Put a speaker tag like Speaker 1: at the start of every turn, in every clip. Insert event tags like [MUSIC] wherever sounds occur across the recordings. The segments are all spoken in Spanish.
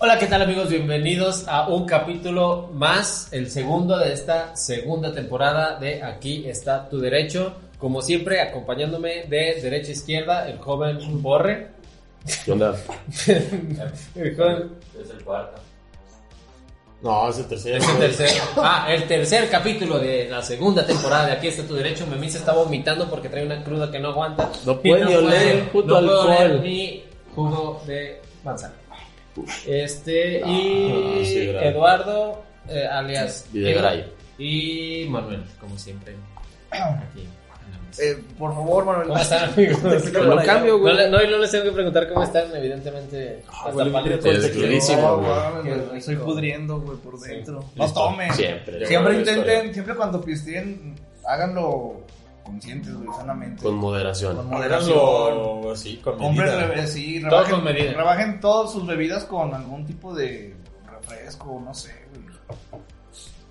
Speaker 1: Hola, ¿qué tal amigos? Bienvenidos a un capítulo más, el segundo de esta segunda temporada de Aquí está tu derecho. Como siempre, acompañándome de derecha a izquierda, el joven Borre.
Speaker 2: ¿Qué onda?
Speaker 1: El joven...
Speaker 3: Es el cuarto.
Speaker 2: No, es el tercero.
Speaker 1: Es el tercer, ah, el tercer capítulo de la segunda temporada de Aquí está tu derecho. Memín se está vomitando porque trae una cruda que no aguanta.
Speaker 2: No puede
Speaker 1: Y
Speaker 2: ni oler el puto
Speaker 1: no puede
Speaker 2: alcohol.
Speaker 1: oler ni jugo de manzana. Este, y
Speaker 2: Ah, sí, grave.
Speaker 1: Eduardo, eh, alias.
Speaker 2: Videgaray.
Speaker 1: Edu, Y Manuel, como siempre. Aquí. en la mesa.
Speaker 4: Eh, por favor, Manuel.
Speaker 1: ¿Cómo están, amigos?
Speaker 4: Te
Speaker 2: lo cambio,
Speaker 1: No,
Speaker 2: güey. Ah,
Speaker 1: le- no, y no les tengo que preguntar cómo están, evidentemente. hasta
Speaker 2: huele bien
Speaker 1: pálido.
Speaker 2: rico el tequila. Durísimo,
Speaker 4: No,
Speaker 2: güey.
Speaker 4: mames,
Speaker 1: Qué
Speaker 4: me estoy
Speaker 1: rico.
Speaker 4: pudriendo, güey, por
Speaker 1: Sí.
Speaker 4: dentro. No
Speaker 2: Listo.
Speaker 4: tomen.
Speaker 2: Siempre.
Speaker 4: Siempre
Speaker 2: Buena
Speaker 4: intenten,
Speaker 2: historia.
Speaker 4: siempre cuando pisteen, háganlo conscientes, güey, sanamente.
Speaker 2: Con
Speaker 4: Con
Speaker 2: moderación.
Speaker 4: moderación.
Speaker 2: así, con
Speaker 4: Compren,
Speaker 2: medida.
Speaker 4: re- sí,
Speaker 1: Todo
Speaker 4: rebajen,
Speaker 1: con medida.
Speaker 4: rebajen todas sus bebidas con algún tipo de refresco, no sé, güey.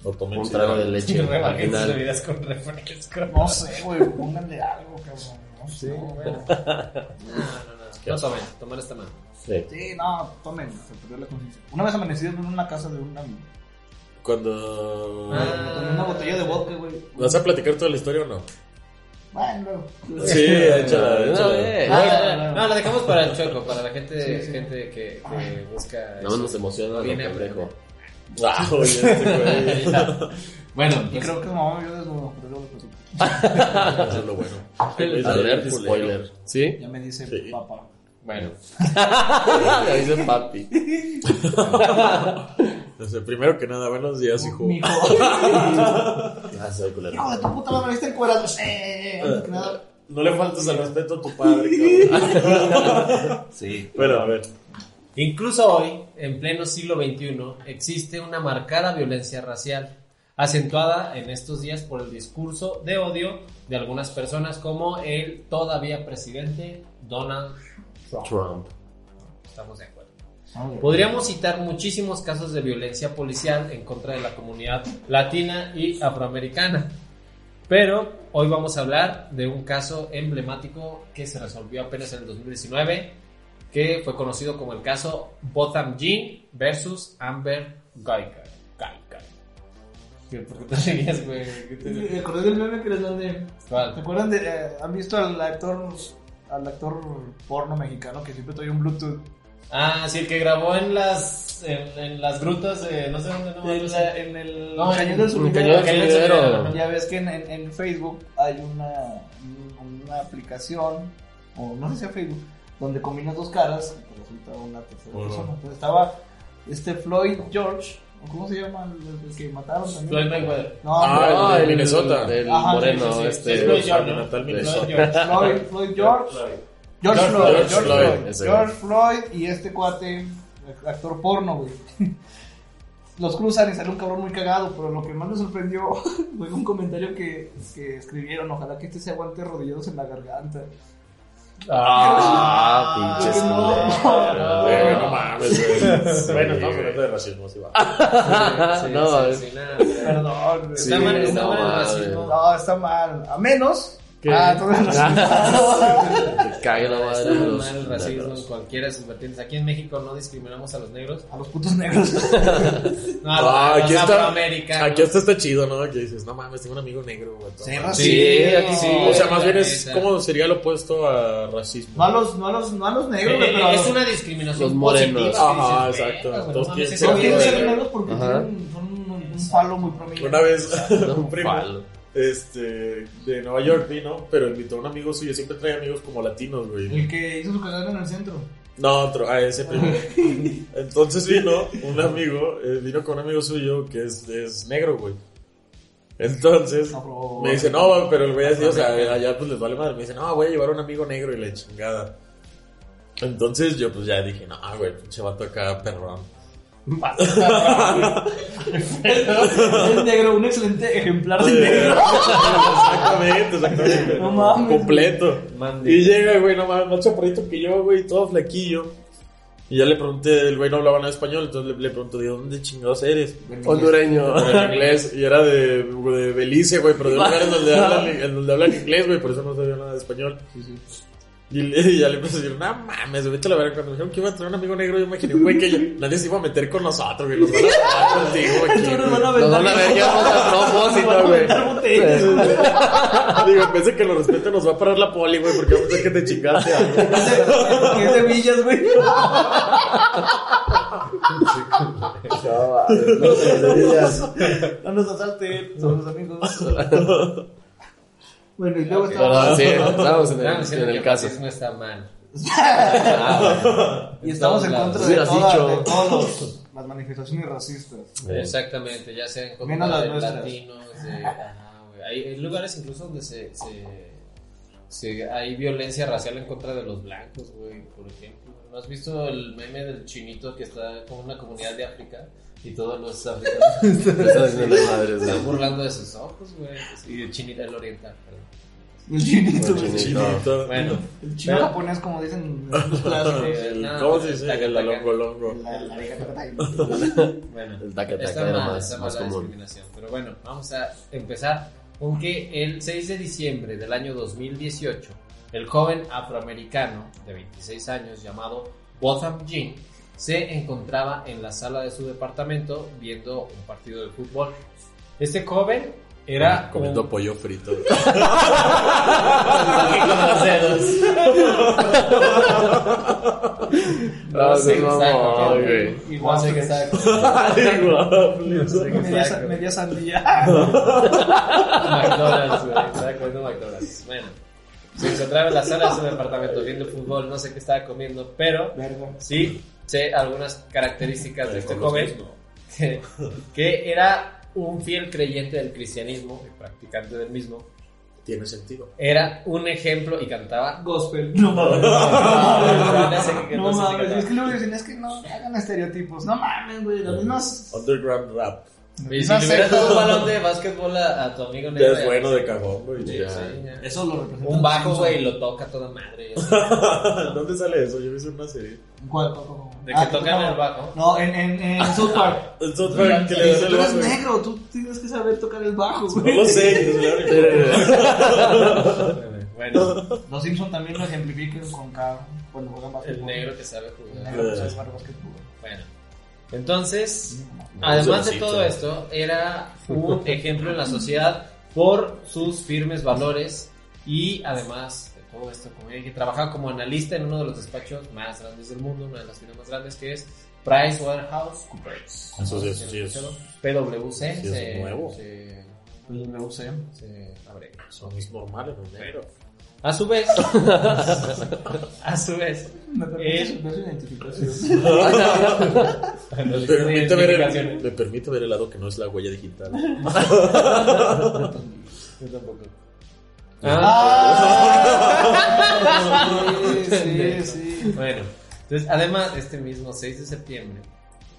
Speaker 5: No tomen
Speaker 2: Un trago de
Speaker 5: sidra.
Speaker 2: leche al
Speaker 1: Rebajen sus
Speaker 2: final.
Speaker 1: bebidas con refresco.
Speaker 4: No sé, güey, pónganle algo, cabrón. No sé, güey.
Speaker 1: No, no, no. No tomen, tomar está mal.
Speaker 2: Sí.
Speaker 4: Sí, no, tomen, se perdió la conciencia. Una vez amanecido en una casa de una,
Speaker 2: Cuando...
Speaker 1: Ah.
Speaker 4: con una botella de vodka, güey.
Speaker 5: ¿Vas a platicar toda la historia o no?
Speaker 4: Bueno,
Speaker 2: Sí, échala,
Speaker 5: Una
Speaker 2: échala.
Speaker 5: vez.
Speaker 1: Ah,
Speaker 4: Ah,
Speaker 1: no,
Speaker 4: no,
Speaker 1: no,
Speaker 4: no.
Speaker 1: la dejamos para el chueco, para la gente,
Speaker 4: Sí, sí.
Speaker 1: gente que, que busca.
Speaker 2: Nada más nos emociona lo
Speaker 1: Viene a-
Speaker 2: cangrejo.
Speaker 5: Ah, oye, este
Speaker 2: [LAUGHS]
Speaker 5: güey.
Speaker 1: Bueno,
Speaker 4: y
Speaker 1: pues,
Speaker 4: creo que mamá vio desnudo, pero luego lo platico.
Speaker 5: Eso es lo bueno.
Speaker 2: El
Speaker 5: [LAUGHS]
Speaker 2: alert spoiler. ¿Sí?
Speaker 4: Ya me dice
Speaker 5: Sí.
Speaker 4: papá.
Speaker 1: bueno.
Speaker 2: Le dice papi.
Speaker 5: Entonces, primero que nada, buenos días, hijo.
Speaker 4: Mi hijo,
Speaker 2: Ah, soy culero.
Speaker 4: hijo de tu puta madre, viste encuerado.
Speaker 5: Ah.
Speaker 4: Eh, antes que nada.
Speaker 5: No le faltas al respeto a tu padre, cabrón.
Speaker 2: Sí.
Speaker 5: Bueno, a ver.
Speaker 1: Incluso hoy, en pleno siglo XXI, existe una marcada violencia racial, acentuada en estos días por el discurso de odio de algunas personas como el todavía presidente Donald Trump.
Speaker 2: Trump.
Speaker 1: Estamos de acuerdo.
Speaker 4: Vamos, güey.
Speaker 1: Podríamos citar muchísimos casos de violencia policial en contra de la comunidad latina y afroamericana. Pero hoy vamos a hablar de un caso emblemático que se resolvió apenas en el 2019, que fue conocido como el caso Botham Jean versus Amber Geiger. Geiger. ¿Qué- ¿Por qué te ríes, güey? ¿Qué te-
Speaker 4: ¿Te acordás del meme que les mandé? ¿Te
Speaker 1: ¿Cuál?
Speaker 4: acuerdan de.? eh, ¿Han visto al actor. al actor porno mexicano que siempre trae un Bluetooth?
Speaker 1: Ah, sí, el que grabó en las, en, en las grutas, de no sé dónde, no,
Speaker 4: En,
Speaker 1: no sé.
Speaker 4: la- en el.
Speaker 1: No,
Speaker 4: cañón
Speaker 1: en-
Speaker 4: del
Speaker 2: Un
Speaker 4: Surquidero.
Speaker 2: cañón
Speaker 1: Cañón del
Speaker 2: del
Speaker 1: Sumidero.
Speaker 4: Ya ves que en, en- en Facebook hay una, un- una aplicación, o no sé si es Facebook, donde combinas dos caras y te resulta una tercera
Speaker 5: Ujú.
Speaker 4: persona. Entonces estaba este Floyd George, o ¿cómo se llama? El, el que mataron también.
Speaker 1: Floyd Mayweather.
Speaker 4: No,
Speaker 2: Ah,
Speaker 5: Ah,
Speaker 2: el
Speaker 5: el de Minnesota.
Speaker 2: El
Speaker 4: Ajá,
Speaker 2: moreno,
Speaker 1: Sí, sí, sí.
Speaker 2: este.
Speaker 1: Es Floyd George, ¿no?
Speaker 5: Natal,
Speaker 1: Floyd
Speaker 5: Minnesota.
Speaker 1: George.
Speaker 4: Floyd,
Speaker 1: [LAUGHS]
Speaker 4: Floyd George. George
Speaker 1: George
Speaker 4: Floyd.
Speaker 2: Floyd,
Speaker 4: George
Speaker 2: Floyd,
Speaker 4: Floyd.
Speaker 2: ese
Speaker 4: George Floyd y este cuate, actor porno, güey. [LAUGHS] Los cruzan y sale un cabrón muy cagado, pero lo que más me sorprendió [LAUGHS] fue un comentario que, que escribieron, ojalá que este se aguante rodillados en la garganta.
Speaker 2: Ah, pinches
Speaker 4: No.
Speaker 2: culeros,
Speaker 5: Ah, Güey,
Speaker 2: güey.
Speaker 5: no mames, güey.
Speaker 2: Sí,
Speaker 5: Bueno,
Speaker 2: güey.
Speaker 5: estamos hablando de racismo, sí va.
Speaker 1: Sí,
Speaker 2: No,
Speaker 1: Ah, sí,
Speaker 2: es-
Speaker 1: sí, nada.
Speaker 4: Perdón, güey.
Speaker 2: Sí,
Speaker 1: Está mal, está
Speaker 2: no
Speaker 1: mal el
Speaker 2: mames.
Speaker 1: racismo.
Speaker 4: No, está mal. A menos.
Speaker 2: ¿Qué?
Speaker 4: Ah, entonces
Speaker 2: [LAUGHS]
Speaker 4: [LAUGHS] no sé.
Speaker 2: Te cague la madre
Speaker 1: Está
Speaker 2: de
Speaker 1: mal
Speaker 2: los
Speaker 1: el racismo en
Speaker 2: negros.
Speaker 1: cualquiera de sus vertientes. Aquí en México no discriminamos a los negros.
Speaker 4: A los putos negros. [LAUGHS]
Speaker 1: No,
Speaker 5: Ah,
Speaker 1: a los
Speaker 5: aquí está.
Speaker 1: afroamericanos.
Speaker 5: Aquí hasta está este chido, ¿no? Que dices, no mames, tengo un amigo negro, güey.
Speaker 4: Sí,
Speaker 5: No mames.
Speaker 4: racismo.
Speaker 2: Sí, aquí sí.
Speaker 5: O sea, más bien es
Speaker 1: Neta.
Speaker 5: como sería lo opuesto a racismo.
Speaker 4: No a los, no a los, no a los
Speaker 1: Eh,
Speaker 4: negros, güey, pero a
Speaker 1: es
Speaker 4: los-
Speaker 1: una discriminación
Speaker 2: los morenos.
Speaker 1: positiva, que
Speaker 5: Ajá,
Speaker 1: dices,
Speaker 5: exacto.
Speaker 1: "Verga, güey,
Speaker 5: Todos
Speaker 1: no
Speaker 5: quieren
Speaker 1: mames,
Speaker 5: ser
Speaker 4: No
Speaker 1: eso
Speaker 4: quieren
Speaker 1: es-
Speaker 4: ser negros porque
Speaker 2: Ajá.
Speaker 4: tienen, son un, un palo muy prominente.
Speaker 5: Una vez, un
Speaker 2: Un
Speaker 5: primo
Speaker 2: palo.
Speaker 5: este, de Nueva York vino, pero invitó a un amigo suyo. Siempre trae amigos como latinos, güey.
Speaker 4: El que hizo su cagada en el centro.
Speaker 5: No, otro, a ese primo. Entonces vino un amigo, eh, vino con un amigo suyo que es, es negro, güey. Entonces
Speaker 4: Afro-
Speaker 5: me dice, no, pero el güey así, o sea, allá pues les vale madre. Me dice, no, voy a llevar a un amigo negro y la chingada. Entonces yo pues ya dije, no, güey, pinche vato acá, perrón.
Speaker 4: Es negro, un excelente ejemplar de negro.
Speaker 5: [LAUGHS] Exactamente, exactamente.
Speaker 4: No mames,
Speaker 5: Completo.
Speaker 1: Mande.
Speaker 5: Y llega, güey, no mames, más chaparrito que yo, güey, todo flaquillo. Y ya le pregunté, el güey no hablaba nada español, entonces le, le pregunto, ¿de dónde chingados eres?
Speaker 2: Hondureño.
Speaker 5: Pero en inglés, y era de, de
Speaker 4: [LAUGHS]
Speaker 5: Belice, güey, pero de lugares donde hablan, en donde hablan inglés, güey, por eso no sabía nada de español. Y, le- y ya le empezó a decir, no mames, vete a la verga. Cuando me dijeron que iba a traer un amigo negro, yo imaginé, güey, que ya- nadie se iba a meter con nosotros, güey. Los
Speaker 4: [LAUGHS]
Speaker 5: van a jugar contigo aquí,
Speaker 4: Tú nos
Speaker 5: güey.
Speaker 4: van
Speaker 1: Pues
Speaker 4: a
Speaker 2: Nos van a ver que vamos a
Speaker 4: [LAUGHS]
Speaker 1: [LAUGHS]
Speaker 2: propósito, güey.
Speaker 5: Digo, pensé que lo respeto nos va a parar la poli, güey, porque vamos a ver que te chingaste algo.
Speaker 4: Que es de Villas, güey. No nos asalte, somos amigos. Bueno, y luego
Speaker 2: Perdón,
Speaker 4: estamos,
Speaker 2: Ah, sí, estábamos en
Speaker 1: Estaban
Speaker 2: el,
Speaker 1: diciendo
Speaker 2: en
Speaker 1: que
Speaker 2: el caso.
Speaker 1: racismo está [LAUGHS] mal.
Speaker 4: y estamos en
Speaker 1: Estamos
Speaker 4: contra
Speaker 2: la-
Speaker 4: de,
Speaker 2: hubieras
Speaker 4: todas,
Speaker 2: dicho.
Speaker 4: de todas los- las manifestaciones racistas.
Speaker 1: Exactamente, ya sea en
Speaker 4: Menos
Speaker 1: contra
Speaker 4: las
Speaker 1: de
Speaker 4: nuestras.
Speaker 1: latinos,
Speaker 4: [LAUGHS]
Speaker 1: de- ajá, güey. hay, hay lugares incluso donde se, se- se- hay violencia racial en contra de los blancos, güey, por ejemplo. ¿No has visto el meme del chinito que está con una comunidad de África y todos los africanos [LAUGHS] están burlando de sus ojos, güey? Y el chinito, el oriental, perdón.
Speaker 4: El chinito, güey.
Speaker 2: El chinito.
Speaker 5: Chinito.
Speaker 1: Bueno,
Speaker 4: El chino
Speaker 1: Pero-
Speaker 4: japonés, como dicen en los plazos.
Speaker 5: El-
Speaker 1: No,
Speaker 5: ¿Cómo
Speaker 1: pues,
Speaker 5: se dice?
Speaker 1: taca,
Speaker 5: El
Speaker 1: taca.
Speaker 5: alongo longo.
Speaker 4: La, la vieja
Speaker 1: bueno.
Speaker 2: El taca
Speaker 1: Está
Speaker 2: taca era
Speaker 1: mal,
Speaker 2: más,
Speaker 1: está
Speaker 2: más
Speaker 1: mal la
Speaker 2: común.
Speaker 1: discriminación. Pero bueno, vamos a empezar con que el 6 de diciembre del año 2018, el joven afroamericano de 26 años llamado Botham Jean se encontraba en la sala de su departamento viendo un partido de fútbol. Este joven era
Speaker 5: Comiendo
Speaker 1: [LAUGHS] un-
Speaker 5: pollo frito.
Speaker 2: [LAUGHS]
Speaker 1: No sé qué
Speaker 2: Ah, No,
Speaker 1: estaba
Speaker 2: no,
Speaker 1: comiendo.
Speaker 2: güey.
Speaker 1: Y no sé qué
Speaker 2: [LAUGHS]
Speaker 1: estaba comiendo.
Speaker 5: Ay,
Speaker 1: No sé qué estaba
Speaker 4: Media,
Speaker 1: comiendo.
Speaker 4: media sandía.
Speaker 1: McDonald's, güey. Estaba comiendo McDonald's. Bueno, se encontraba en la sala de su departamento viendo fútbol, no sé qué estaba comiendo, pero
Speaker 4: Verga.
Speaker 1: sí sé algunas características de este
Speaker 5: Con los
Speaker 1: joven
Speaker 5: mismos.
Speaker 1: que, [LAUGHS] que era un fiel creyente del cristianismo y practicante del mismo.
Speaker 5: Tiene sentido.
Speaker 1: Era un ejemplo y cantaba.
Speaker 4: Gospel. No mames.
Speaker 1: No sé qué-
Speaker 4: No
Speaker 1: no sé qué
Speaker 4: mames.
Speaker 1: cantaba.
Speaker 4: Es que luego dicen, es que no hagan estereotipos. No mames, güey. Las mismas.
Speaker 5: Underground rap.
Speaker 1: Y si
Speaker 4: las
Speaker 1: le hubieras
Speaker 4: mismas
Speaker 1: dado un balón de básquetbol a, a tu amigo
Speaker 5: Ya
Speaker 1: negro,
Speaker 5: es
Speaker 1: ya-
Speaker 5: bueno de cagón, güey.
Speaker 1: Sí,
Speaker 5: ya.
Speaker 1: sí, ya.
Speaker 4: Eso lo representa.
Speaker 1: Un bajo, güey, y lo toca a toda madre. ya.
Speaker 5: ¿Dónde sale eso? Yo vi eso en una serie.
Speaker 4: ¿Cuál? cuál, cuál?
Speaker 1: De
Speaker 4: Ah,
Speaker 1: que tocan
Speaker 4: no.
Speaker 1: el bajo.
Speaker 4: No, en, en, en South Park.
Speaker 5: El software que le
Speaker 4: Dice,
Speaker 5: das el
Speaker 4: tú eres
Speaker 5: bajo.
Speaker 4: negro, tú tienes que saber tocar el bajo,
Speaker 5: No
Speaker 4: güey.
Speaker 5: lo sé.
Speaker 1: Bueno,
Speaker 4: Los Simpsons también lo ejemplifican con cada. Cuando juegan
Speaker 1: el
Speaker 4: básquetbol.
Speaker 1: negro que sabe
Speaker 4: El
Speaker 1: jugar.
Speaker 4: negro que sabe jugar básquetbol.
Speaker 1: Bueno, entonces,
Speaker 5: No,
Speaker 1: además
Speaker 5: se
Speaker 1: de
Speaker 5: lo
Speaker 1: todo
Speaker 5: siento.
Speaker 1: esto, era un ejemplo en la sociedad por sus firmes valores y además de todo esto, como dije, que trabajaba como analista en uno de los despachos más grandes del mundo, una de las firmas más grandes que es PricewaterhouseCoopers.
Speaker 5: Eso Ah, sí, eso sí es.
Speaker 1: PwC.
Speaker 5: Sí es
Speaker 1: se-
Speaker 5: nuevo.
Speaker 1: se-
Speaker 4: PWC.
Speaker 1: se abre.
Speaker 5: Son normales, los negros.
Speaker 1: A su vez, a su vez,
Speaker 4: Me permites
Speaker 1: Eh.
Speaker 4: ver su identificación.
Speaker 5: Me
Speaker 1: Los
Speaker 5: permite, ver el,
Speaker 1: identificaciones.
Speaker 5: me permite ver el lado que no es la huella digital.
Speaker 1: Yo tampoco. Ah,
Speaker 4: Ah, sí, sí.
Speaker 1: Bueno, entonces, además, este mismo 6 de septiembre,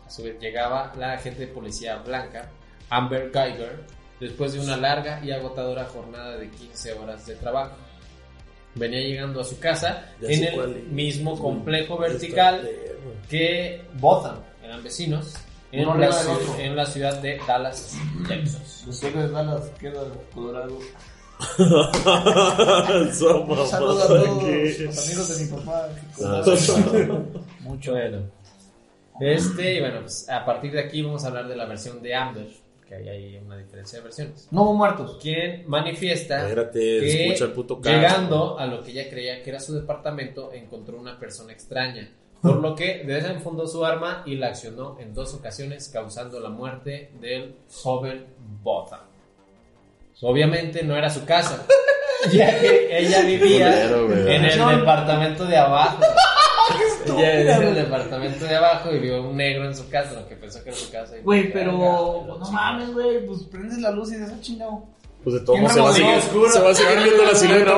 Speaker 1: a su vez, llegaba la agente de policía blanca, Amber Geiger, después de una larga y agotadora jornada de 15 horas de trabajo. Venía llegando a su casa
Speaker 5: Ya
Speaker 1: en
Speaker 5: sé
Speaker 1: el
Speaker 5: cuál es.
Speaker 1: mismo complejo vertical que Botham, eran vecinos, en,
Speaker 4: Uno
Speaker 1: la,
Speaker 4: arriba del
Speaker 1: ci-
Speaker 4: otro.
Speaker 1: en la ciudad de Dallas, Texas.
Speaker 4: Después de Dallas queda Colorado.
Speaker 5: [LAUGHS]
Speaker 4: Un
Speaker 5: Somos
Speaker 4: saludo a todos los amigos de mi papá.
Speaker 1: Ah, Mucho. Bueno. Este, y bueno, pues a partir de aquí vamos a hablar de la versión de Amber, que ahí hay una diferencia de versiones.
Speaker 4: No hubo muertos.
Speaker 1: Quien manifiesta
Speaker 5: Espérate,
Speaker 1: que
Speaker 5: escucha el puto caso.
Speaker 1: llegando a lo que ella creía que era su departamento, encontró una persona extraña, por lo que desenfundó su arma y la accionó en dos ocasiones, causando la muerte del joven Botham. Obviamente no era su
Speaker 4: [LAUGHS]
Speaker 1: casa, ya que ella vivía
Speaker 2: Culero, güey.
Speaker 1: en el
Speaker 4: Yo-
Speaker 1: departamento de
Speaker 4: [LAUGHS]
Speaker 1: abajo. Ella vivía en el
Speaker 4: Estúpido.
Speaker 1: departamento de abajo y vio un negro en su casa, lo que pensó que era su casa. y-
Speaker 4: Güey, pero
Speaker 1: Verga,
Speaker 4: no mames, güey, pues prendes la luz y dices, "Ah, chingado. [LAUGHS]
Speaker 5: Pues de todo
Speaker 4: ¿Quién
Speaker 5: se va a
Speaker 4: remodeló
Speaker 5: seguir,
Speaker 4: oscuro?
Speaker 5: se va a
Speaker 1: Ah,
Speaker 5: seguir viendo la silueta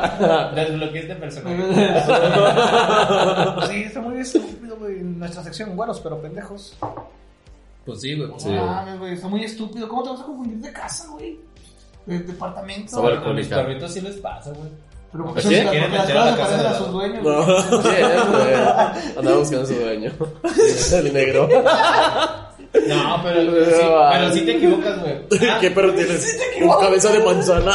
Speaker 5: nomás. güey.
Speaker 1: Desbloqueé este personaje.
Speaker 4: sí, está muy estúpido, güey, en nuestra sección, güeros, pero pendejos.
Speaker 1: Pues sí, güey.
Speaker 4: No mames, güey, está muy estúpido. ¿Cómo te vas a confundir de casa, güey? De departamento.
Speaker 2: Sobre
Speaker 1: A mis
Speaker 2: Alcohólica.
Speaker 1: perritos sí les pasa, güey.
Speaker 4: Pero
Speaker 1: ¿Por
Speaker 4: porque
Speaker 1: qué?
Speaker 4: son las-
Speaker 1: ¿Quieren
Speaker 4: las
Speaker 1: meter a la
Speaker 4: cosas
Speaker 1: casa
Speaker 4: parecen
Speaker 1: de
Speaker 4: a
Speaker 1: la-
Speaker 4: sus dueños.
Speaker 5: No.
Speaker 4: güey.
Speaker 2: Sí, güey. Andaba buscando su dueño. [LAUGHS] El
Speaker 1: [LAUGHS]
Speaker 2: negro.
Speaker 1: No, pero, sí, pero sí te equivocas, güey.
Speaker 5: [LAUGHS]
Speaker 1: Ah, [LAUGHS]
Speaker 5: ¿Qué perro tienes? Un cabeza de manzana.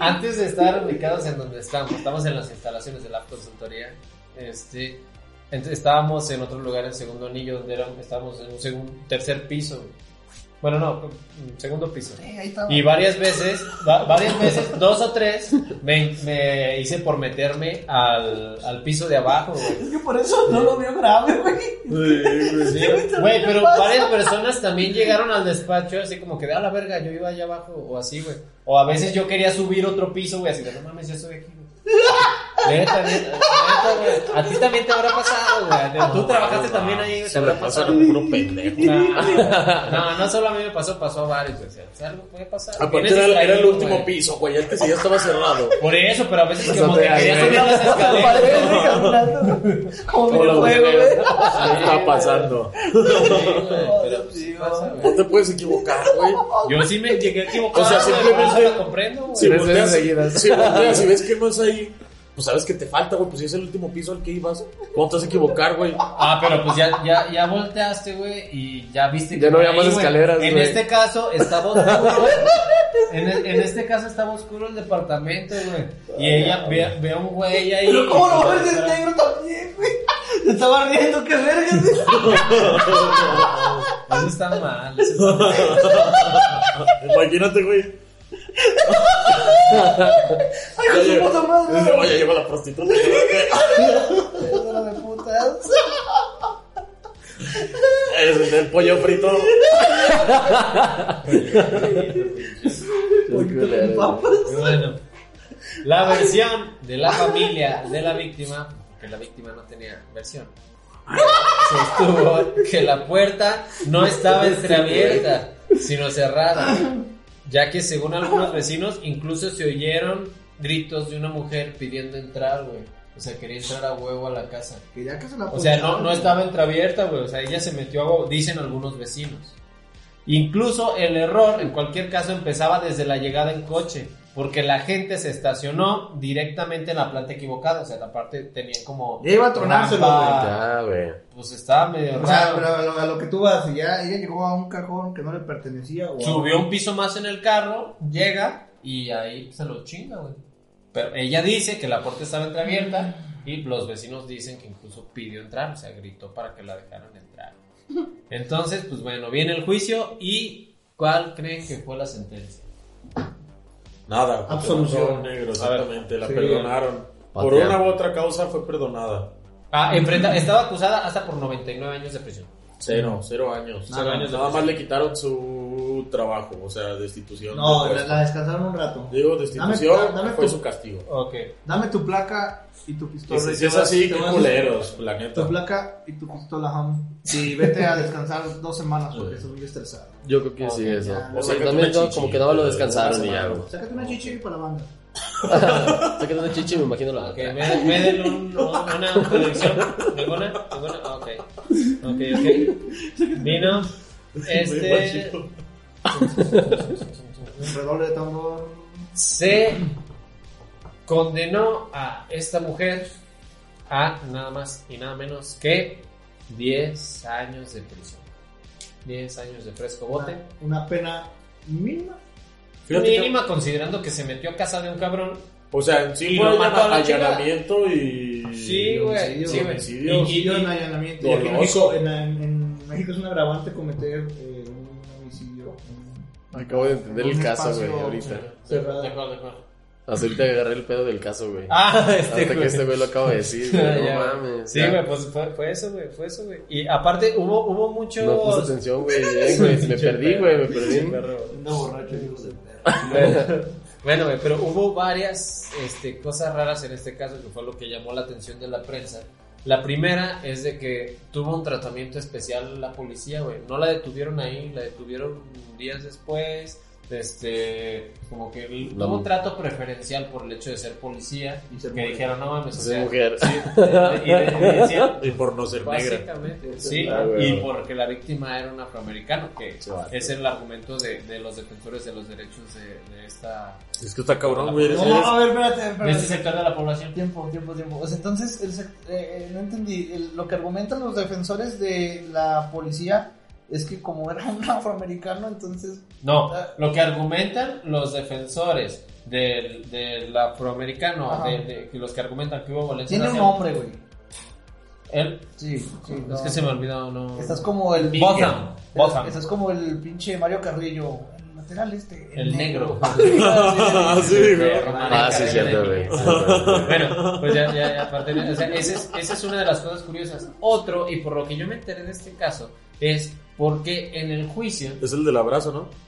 Speaker 1: antes de estar ubicados en donde estamos, estamos en las instalaciones de la consultoría, este, ent- estábamos en otro lugar, en segundo anillo, donde era- estábamos en un segun- tercer piso. Bueno, no, mm, segundo piso.
Speaker 4: Eh, ahí estaba.
Speaker 1: Y varias veces, va- varias veces, dos o tres, me, me hice por meterme al, al piso de abajo, güey.
Speaker 4: Es que por eso no lo veo grave, güey.
Speaker 1: pues Sí, Güey, pero varias personas también llegaron al despacho así como que, a la verga, yo iba allá abajo o así, güey. O a veces yo quería subir otro piso, güey, así de, no mames, ya estoy aquí, güey. Neta, neta, neta, güey. A ti también te habrá pasado, güey. Tú trabajaste también ahí, güey. te
Speaker 5: Se me
Speaker 1: habrá
Speaker 5: pasó a
Speaker 1: pasado.
Speaker 5: [LAUGHS] puro pendejo.
Speaker 1: Nah, No, no solo a mí me pasó, pasó a varios, güey. O sea, o sea, algo puede pasar.
Speaker 5: Aparte
Speaker 1: Tienes
Speaker 5: era, era el
Speaker 1: ahí,
Speaker 5: último
Speaker 1: güey.
Speaker 5: piso, güey. El que sí ya estaba cerrado.
Speaker 1: Por eso, pero a veces
Speaker 2: Pues
Speaker 1: como
Speaker 2: no
Speaker 1: que
Speaker 2: te hagas,
Speaker 1: quería
Speaker 5: [LAUGHS]
Speaker 2: güey.
Speaker 1: subir las escaleras.
Speaker 4: Como
Speaker 5: Hola,
Speaker 4: videojuego,
Speaker 5: güey.
Speaker 4: güey.
Speaker 5: ¿Qué está pasando?
Speaker 1: Sí, güey, pero pues sí pasa, güey.
Speaker 5: No te puedes equivocar, güey.
Speaker 1: Yo sí me llegué equivocado.
Speaker 5: O sea,
Speaker 1: güey,
Speaker 5: simplemente-
Speaker 1: por eso lo comprendo, güey.
Speaker 5: Si
Speaker 2: Tres veces
Speaker 5: volteas,
Speaker 2: seguidas.
Speaker 5: si volteas y ves que no es ahí, pues sabes que te falta, güey. Pues si es el último piso al que ibas, ¿cómo te vas a equivocar, güey?
Speaker 1: Ah, pero pues ya, ya, ya volteaste, güey, y ya viste que
Speaker 2: Ya no
Speaker 1: por
Speaker 2: había más
Speaker 1: güey,
Speaker 2: escaleras,
Speaker 1: En
Speaker 2: güey.
Speaker 1: este caso estaba oscuro. en, e- en este caso estaba oscuro el departamento, güey. Y ella ve, ve a un güey ahí.
Speaker 4: Pero cómo lo ves es negro también, güey. Te estaba riendo, qué verga, güey.
Speaker 1: Eso está mal.
Speaker 2: [LAUGHS]
Speaker 1: eso está mal.
Speaker 5: Imagínate, güey.
Speaker 4: Ay, con su puta madre.
Speaker 5: Dice, oye, lleva la prostituta.
Speaker 4: Hijo de puta.
Speaker 5: Es el pollo frito.
Speaker 4: Oye, papas.
Speaker 1: Bueno, la versión de la familia de la víctima, que la víctima no tenía versión, sostuvo que la puerta no estaba entreabierta, sino cerrada, ya que según algunos vecinos incluso se oyeron gritos de una mujer pidiendo entrar, güey. O sea, quería entrar a huevo a la casa.
Speaker 4: Que ya que se la
Speaker 1: O sea, no,
Speaker 4: apuntaron.
Speaker 1: no estaba entreabierta, güey. O sea, ella se metió a huevo, dicen algunos vecinos. Incluso el error, en cualquier caso, empezaba desde la llegada en coche, porque la gente se estacionó directamente en la planta equivocada. O sea, la parte tenían como.
Speaker 4: Ya iba a tronárselo,
Speaker 1: rampa,
Speaker 2: Ya, güey.
Speaker 1: Pues estaba medio
Speaker 4: O sea,
Speaker 1: raro.
Speaker 4: pero a lo, a lo que tú vas, y ya ella llegó a un cajón que no le pertenecía. O a-
Speaker 1: Subió un piso más en el carro, llega y ahí se lo chinga, güey. Pero ella dice que la puerta estaba entreabierta y los vecinos dicen que incluso pidió entrar, o sea, gritó para que la dejaran entrar. Entonces, pues bueno, viene el juicio y ¿cuál creen que fue la sentencia?
Speaker 5: Nada.
Speaker 4: Absolución.
Speaker 5: Negro, exactamente. La
Speaker 4: Sí.
Speaker 5: perdonaron. Por
Speaker 2: Patea.
Speaker 5: una u otra causa fue perdonada.
Speaker 1: Ah, enfrenta- estaba acusada hasta por 99 años de prisión.
Speaker 5: Cero, cero años.
Speaker 1: Cero
Speaker 5: Nada,
Speaker 1: años de
Speaker 5: nada más le quitaron su trabajo, o sea, destitución.
Speaker 4: No,
Speaker 5: de
Speaker 4: la,
Speaker 5: puesto.
Speaker 4: la descansaron un rato.
Speaker 5: Digo, destitución
Speaker 4: Dame- dame
Speaker 5: fue
Speaker 4: tu-
Speaker 5: su castigo.
Speaker 1: Ok.
Speaker 4: Dame tu placa y tu pistola.
Speaker 5: Que si,
Speaker 4: y
Speaker 5: si
Speaker 4: te
Speaker 5: es
Speaker 4: vas-
Speaker 5: así,
Speaker 4: te
Speaker 5: qué
Speaker 4: vas-
Speaker 5: culeros, la neta.
Speaker 4: Tu placa y tu pistola, jam. Y vete a descansar dos semanas porque estoy muy estresado.
Speaker 2: Yo creo que sí,
Speaker 1: Ok,
Speaker 2: eso.
Speaker 4: ya.
Speaker 2: O sea,
Speaker 5: Sácate
Speaker 2: también
Speaker 5: una
Speaker 2: no,
Speaker 5: chichi,
Speaker 2: como que nada más lo
Speaker 5: pero
Speaker 2: descansaron
Speaker 5: una
Speaker 2: y ya,
Speaker 5: semana.
Speaker 2: güey.
Speaker 4: Sácate una chichi para la banda.
Speaker 2: Sácate una chichi y me imagino la
Speaker 1: Ok, me, me den un- una colección. ¿Ninguna? ¿Ninguna? Ah, Ok. Ok, ok. Vino. Este.
Speaker 4: Un redoble de tambor.
Speaker 1: se condenó a esta mujer a nada más y nada menos que 10 años de prisión. 10 años de fresco bote.
Speaker 2: Ah,
Speaker 4: Una, una pena mínima.
Speaker 5: Fíjate que-
Speaker 1: Mínima considerando que se metió a casa de un cabrón.
Speaker 5: o sea, en sí
Speaker 1: Y
Speaker 5: fue
Speaker 1: lo mató a la
Speaker 5: allanamiento y.
Speaker 1: Sí, güey.
Speaker 4: homicidio,
Speaker 1: Sí, güey.
Speaker 5: homicidio.
Speaker 1: Y- y-
Speaker 4: Homicidio en
Speaker 1: y-
Speaker 4: allanamiento. Ya que En
Speaker 5: Doloso.
Speaker 4: México, en, en México es un agravante cometer eh, un homicidio. en-
Speaker 2: Acabo de entender
Speaker 4: en
Speaker 2: el
Speaker 4: un
Speaker 2: caso, güey,
Speaker 4: espacio
Speaker 2: ahorita.
Speaker 4: cerrado.
Speaker 1: De acuerdo, de acuerdo.
Speaker 2: Hasta ahorita agarré el pedo del caso, güey.
Speaker 1: Ah, este
Speaker 2: Hasta que
Speaker 1: güey.
Speaker 2: este güey lo acabo de decir,
Speaker 1: [LAUGHS]
Speaker 2: güey.
Speaker 1: Ya,
Speaker 2: No
Speaker 1: güey.
Speaker 2: mames.
Speaker 1: Sí,
Speaker 2: ya.
Speaker 1: güey, pues fue, fue eso, güey, fue eso, güey. Y aparte hubo, hubo muchos...
Speaker 2: No puse atención, güey. bien, güey. Me
Speaker 1: Pinche
Speaker 2: perdí,
Speaker 1: perro,
Speaker 2: güey. Me
Speaker 1: pinche
Speaker 2: perdí.
Speaker 1: perro, güey.
Speaker 4: Ando borracho, hijos de perra.
Speaker 1: [LAUGHS] Bueno, güey, pero hubo varias este, cosas raras en este caso que fue lo que llamó la atención de la prensa. La primera es de que tuvo un tratamiento especial la policía, güey. No la detuvieron ahí, la detuvieron días después. Este, como que l-
Speaker 2: La
Speaker 1: tuvo un
Speaker 2: mu-
Speaker 1: trato preferencial por el hecho de ser policía.
Speaker 4: Y ser
Speaker 1: que
Speaker 4: mujer.
Speaker 1: dijeron, no mames, o
Speaker 2: Soy
Speaker 1: sea,
Speaker 2: mujer.
Speaker 1: sí,
Speaker 2: [LAUGHS]
Speaker 1: y de- y decían,
Speaker 5: Y por no ser negra.
Speaker 1: Básicamente, sí,
Speaker 2: Ah,
Speaker 1: y
Speaker 2: güey.
Speaker 1: porque la víctima era un afroamericano, que
Speaker 2: Sí, va.
Speaker 1: es el argumento de, de los defensores de los derechos de, de esta,
Speaker 5: Es que está cabrón, güey. eres-
Speaker 4: No,
Speaker 5: eres-
Speaker 4: a ver, espérate,
Speaker 1: de este
Speaker 4: espérate.
Speaker 1: sector de la población.
Speaker 4: Tiempo, tiempo, tiempo. O sea, entonces, el sec- eh, eh, no entendí. El- lo que argumentan los defensores de la policía es que [LAUGHS] como era un afroamericano, entonces...
Speaker 1: No, lo que argumentan los defensores del, del afroamericano,
Speaker 4: Ajá.
Speaker 1: de, de- que los que argumentan que hubo violencia
Speaker 4: Tiene un
Speaker 1: racial.
Speaker 4: nombre, güey.
Speaker 1: Él,
Speaker 4: Sí, sí. no.
Speaker 1: es que se me olvidó, no.
Speaker 4: Estás como el.
Speaker 1: Miguel. Botham, Botham.
Speaker 4: Estás como el pinche Mario Carrillo. El lateral este.
Speaker 1: El negro. [LAUGHS]
Speaker 4: [LAUGHS]
Speaker 2: [LAUGHS]
Speaker 5: Ah, sí, güey.
Speaker 2: Ah, sí, cierto, güey. sí, güey. [LAUGHS]
Speaker 1: Bueno, pues ya, ya, ya, aparte de- o sea, ese es- esa es una de las cosas curiosas. Otro, y por lo que yo me enteré de este caso, es porque en el juicio,
Speaker 5: Es el del abrazo, ¿no?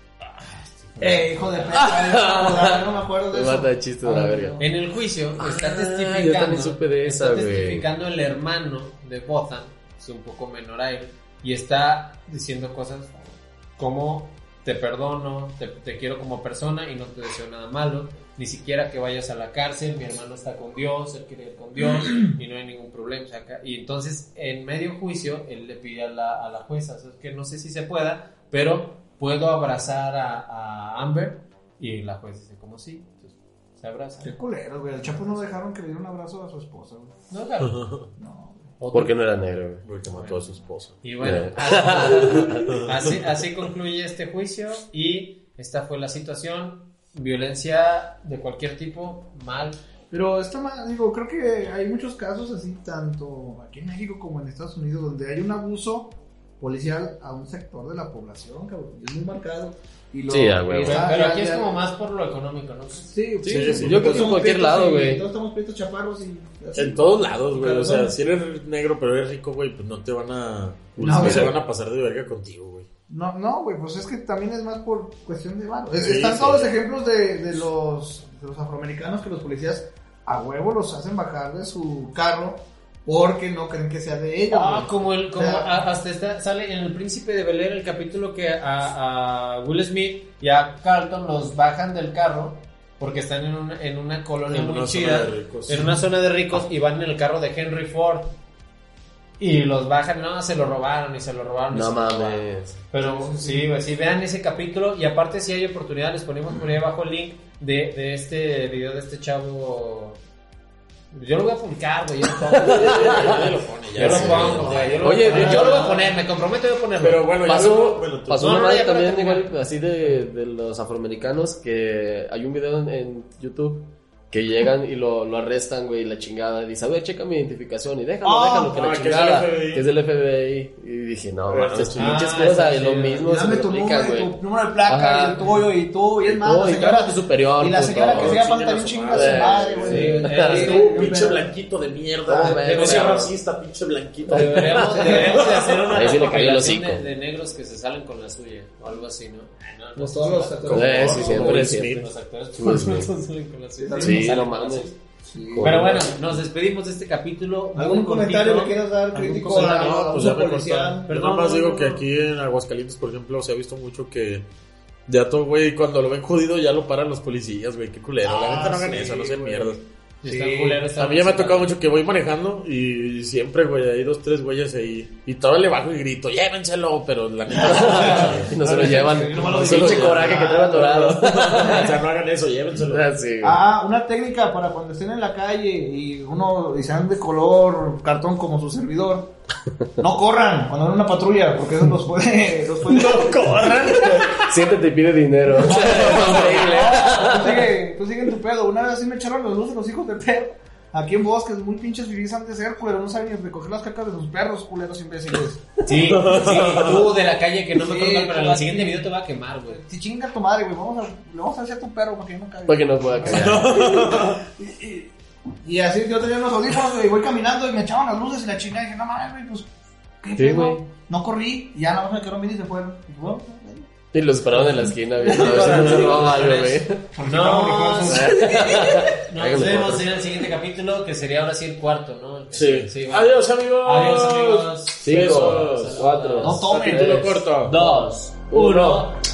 Speaker 4: Eh, hijo de perra. No me acuerdo de
Speaker 2: Me
Speaker 4: eso.
Speaker 2: mata de chiste de la
Speaker 4: Ah,
Speaker 2: verga.
Speaker 4: no.
Speaker 1: en el juicio está
Speaker 2: Ah,
Speaker 1: testificando,
Speaker 2: yo también supe de
Speaker 1: está
Speaker 2: esa, güey.
Speaker 1: testificando el hermano de Botham, es un poco menor a él, y está diciendo cosas como te perdono, te, te quiero como persona y no te deseo nada malo, ni siquiera que vayas a la cárcel, mi hermano está con Dios, él quiere ir con Dios y no hay ningún problema. o sea, acá- y entonces en medio juicio él le pide a la, a la jueza, o sea, que no sé si se pueda, pero puedo abrazar a, a Amber y la jueza dice como sí, entonces se abraza.
Speaker 4: Qué culero, güey. Al Chapo no dejaron que le diera un abrazo a su esposa, güey.
Speaker 1: No, claro.
Speaker 4: No, güey.
Speaker 1: Otro.
Speaker 2: Porque no era negro, güey.
Speaker 5: Porque mató a su esposa.
Speaker 1: Y bueno,
Speaker 2: Eh. [LAUGHS]
Speaker 1: así, así concluye este juicio y esta fue la situación. Violencia de cualquier tipo, mal.
Speaker 4: Pero está más, digo, creo que hay muchos casos así, tanto aquí en México como en Estados Unidos, donde hay un abuso policial a un sector de la población, cabrón. y Es muy marcado. Y lo-
Speaker 2: Sí, a huevo.
Speaker 4: y
Speaker 1: Pero,
Speaker 4: está-
Speaker 1: Este, pero
Speaker 4: Ah, ya-
Speaker 1: aquí es
Speaker 4: ya-
Speaker 1: como más por lo económico, ¿no?
Speaker 4: Sí,
Speaker 5: Sí, sí, sí.
Speaker 4: porque
Speaker 2: Yo creo que en
Speaker 4: somos
Speaker 2: cualquier
Speaker 4: prietos
Speaker 2: lado,
Speaker 4: y
Speaker 2: güey.
Speaker 4: Todos estamos prietos chaparros y. así.
Speaker 5: En todos lados, güey. O sea,
Speaker 4: Perdón.
Speaker 5: si eres negro pero eres rico, güey, pues no te van a.
Speaker 2: No,
Speaker 5: No,
Speaker 4: güey.
Speaker 5: se van a pasar de verga contigo, güey.
Speaker 4: No, no, güey, pues es que también es más por cuestión de varo. Es-
Speaker 5: Sí,
Speaker 4: Están
Speaker 5: sí.
Speaker 4: todos los ejemplos de, de los, de los afroamericanos que los policías a huevo los hacen bajar de su carro porque no creen que sea de ellos.
Speaker 1: Ah,
Speaker 4: güey.
Speaker 1: como el, como
Speaker 4: O sea,
Speaker 1: a- hasta está, sale en El Príncipe de Bel Air el capítulo que a, a Will Smith y a Carlton los bajan del carro porque están en una, en una colonia
Speaker 5: En
Speaker 1: muy
Speaker 5: una zona
Speaker 1: chida,
Speaker 5: de ricos.
Speaker 1: en una zona de ricos y van en el carro de Henry Ford y los bajan, no, se lo robaron y se lo robaron. y se
Speaker 2: No
Speaker 1: lo robaron.
Speaker 2: mames.
Speaker 1: Pero sí, güey, sí, vean ese capítulo y aparte si hay oportunidad les ponemos por ahí abajo el link de, de este video de este chavo. Yo lo voy a publicar, güey. Yo lo pongo,
Speaker 5: [LAUGHS] Nadie lo pone, ya
Speaker 1: yo lo
Speaker 5: sé.
Speaker 1: pongo, güey. yo lo-
Speaker 2: Oye, de-
Speaker 1: yo lo voy a poner, me comprometo yo a ponerlo.
Speaker 5: Pero bueno, ya luego-
Speaker 2: Pasó,
Speaker 5: bueno, tú-
Speaker 2: pasó
Speaker 1: No,
Speaker 2: una
Speaker 1: no,
Speaker 2: madre
Speaker 1: ya para
Speaker 2: también
Speaker 1: terminar.
Speaker 2: igual así de, de los afroamericanos que hay un video en, en YouTube que llegan y lo, lo arrestan, güey, y la chingada. Y dice, a ver, checa mi identificación y déjalo,
Speaker 4: Ah,
Speaker 2: déjalo, que
Speaker 5: ah,
Speaker 2: la
Speaker 5: que es del
Speaker 2: chingada,
Speaker 5: FBI.
Speaker 2: que es del FBI. Y dije, no,
Speaker 5: Pero
Speaker 2: mames,
Speaker 5: está
Speaker 2: pinches
Speaker 1: chido. Ah,
Speaker 2: cosas, y
Speaker 1: sí,
Speaker 2: lo
Speaker 1: sí.
Speaker 2: mismo se
Speaker 4: dame tu
Speaker 2: replica,
Speaker 4: número,
Speaker 2: güey.
Speaker 4: tu número de placa,
Speaker 2: Ajá.
Speaker 4: y el tuyo y tú, y es más, la
Speaker 2: Tú, y pues, tú
Speaker 4: señora-
Speaker 2: eres tu superior,
Speaker 4: y la
Speaker 2: puto.
Speaker 4: señora que se
Speaker 5: Chinga
Speaker 4: llama también
Speaker 5: su
Speaker 4: chinga a
Speaker 5: madre.
Speaker 4: su madre,
Speaker 1: Sí,
Speaker 4: güey.
Speaker 1: eh,
Speaker 4: Sí,
Speaker 5: Tú,
Speaker 4: un
Speaker 5: pinche
Speaker 4: pedo.
Speaker 5: blanquito de mierda.
Speaker 2: No,
Speaker 5: No,
Speaker 2: güey,
Speaker 5: Negocio
Speaker 2: güey.
Speaker 5: racista, pinche blanquito.
Speaker 1: Deberíamos, deberíamos de hacer una
Speaker 2: Ahí sí le cayó el
Speaker 1: recopilación
Speaker 2: hocico.
Speaker 1: de, de negros que se salen con la suya o algo así, ¿no? No, no,
Speaker 4: Pues todos los actores.
Speaker 2: Eh, sí,
Speaker 5: Como
Speaker 2: siempre
Speaker 5: Will
Speaker 2: es cierto.
Speaker 1: los actores
Speaker 2: Pues, güey.
Speaker 1: se salen con la suya.
Speaker 2: Sí,
Speaker 1: salen
Speaker 2: no
Speaker 1: con la
Speaker 2: mames.
Speaker 1: suya.
Speaker 4: Sí.
Speaker 1: Pero bueno, nos despedimos de este capítulo. Muy
Speaker 4: ¿Algún
Speaker 1: cortito.
Speaker 4: comentario le quieras dar
Speaker 1: ¿Algún
Speaker 4: crítico a
Speaker 1: comentario?
Speaker 5: No,
Speaker 4: la
Speaker 5: pues ya me
Speaker 4: policial?
Speaker 5: cortaron. Yo
Speaker 1: Perdón,
Speaker 5: nada más
Speaker 1: no,
Speaker 5: digo
Speaker 1: no,
Speaker 5: que
Speaker 1: no.
Speaker 5: aquí en Aguascalientes, por ejemplo, se ha visto mucho que ya todo, güey, cuando lo ven jodido ya lo paran los policías, güey, qué culero.
Speaker 4: Ah,
Speaker 5: la gente no hagan
Speaker 4: sí,
Speaker 5: eso, no sean
Speaker 4: güey.
Speaker 5: mierdas.
Speaker 1: Sí, está
Speaker 4: Sí.
Speaker 1: culero, está
Speaker 5: A mí ya me ha
Speaker 1: culero.
Speaker 5: tocado mucho que voy manejando y siempre, güey, hay dos, tres güeyes ahí. Y todavía le bajo y grito, llévenselo, pero la neta. [LAUGHS]
Speaker 2: Y no se lo llevan.
Speaker 1: no me lo
Speaker 2: Se lo
Speaker 1: digas.
Speaker 2: Pinche coraje que trae [LAUGHS] atorado.
Speaker 5: o sea, no hagan eso, llévenselo.
Speaker 2: Ah, sí, güey.
Speaker 4: Ah, una técnica para cuando estén en la calle y uno y sean de color cartón como su servidor. No corran cuando ven una patrulla, porque eso los puede. Los puede
Speaker 5: corran!
Speaker 2: Siéntate y pide dinero. Increíble.
Speaker 1: Ah.
Speaker 2: [LAUGHS]
Speaker 4: tú, sigue, tú sigue en tu pedo. Una vez así me echaron los luces los hijos de perro. Aquí en Bosques, muy pinches vivís antes de ser culero. No saben ni recoger las cacas de sus perros, culeros imbéciles.
Speaker 1: Sí, sí, tú de la calle que no me
Speaker 4: Sí,
Speaker 1: acuerdo, pero en el
Speaker 4: chaval.
Speaker 1: siguiente video te va a quemar, güey.
Speaker 4: Si chinga tu madre, güey, vamos a, le vamos a hacer a tu perro para que no caiga.
Speaker 2: Para que no pueda cagar.
Speaker 4: [LAUGHS] Y, y- y así yo tenía los audífonos, güey, y voy caminando y me echaban las luces y la chingada. Y dije, no mames, güey, pues, ¿qué
Speaker 2: Sí,
Speaker 4: pedo?
Speaker 2: güey.
Speaker 4: No corrí, y ya nada más me quedaron bien y se fueron. Y dije, bueno, pues, bueno,
Speaker 2: Y los pararon en la esquina, güey. A ver si no se roba algo, güey.
Speaker 4: porque
Speaker 1: No,
Speaker 4: estaba [LAUGHS] recuerdo.
Speaker 1: sí. Nos
Speaker 2: Hágale,
Speaker 1: vemos
Speaker 2: porfa.
Speaker 1: en el siguiente capítulo, que sería ahora sí el cuarto, ¿no?
Speaker 5: Sí.
Speaker 1: sí va.
Speaker 5: Adiós, amigos.
Speaker 1: Adiós, amigos.
Speaker 2: Cinco,
Speaker 5: Besos.
Speaker 2: cuatro,
Speaker 4: No tomen.
Speaker 5: Capítulo corto.
Speaker 2: dos, uno.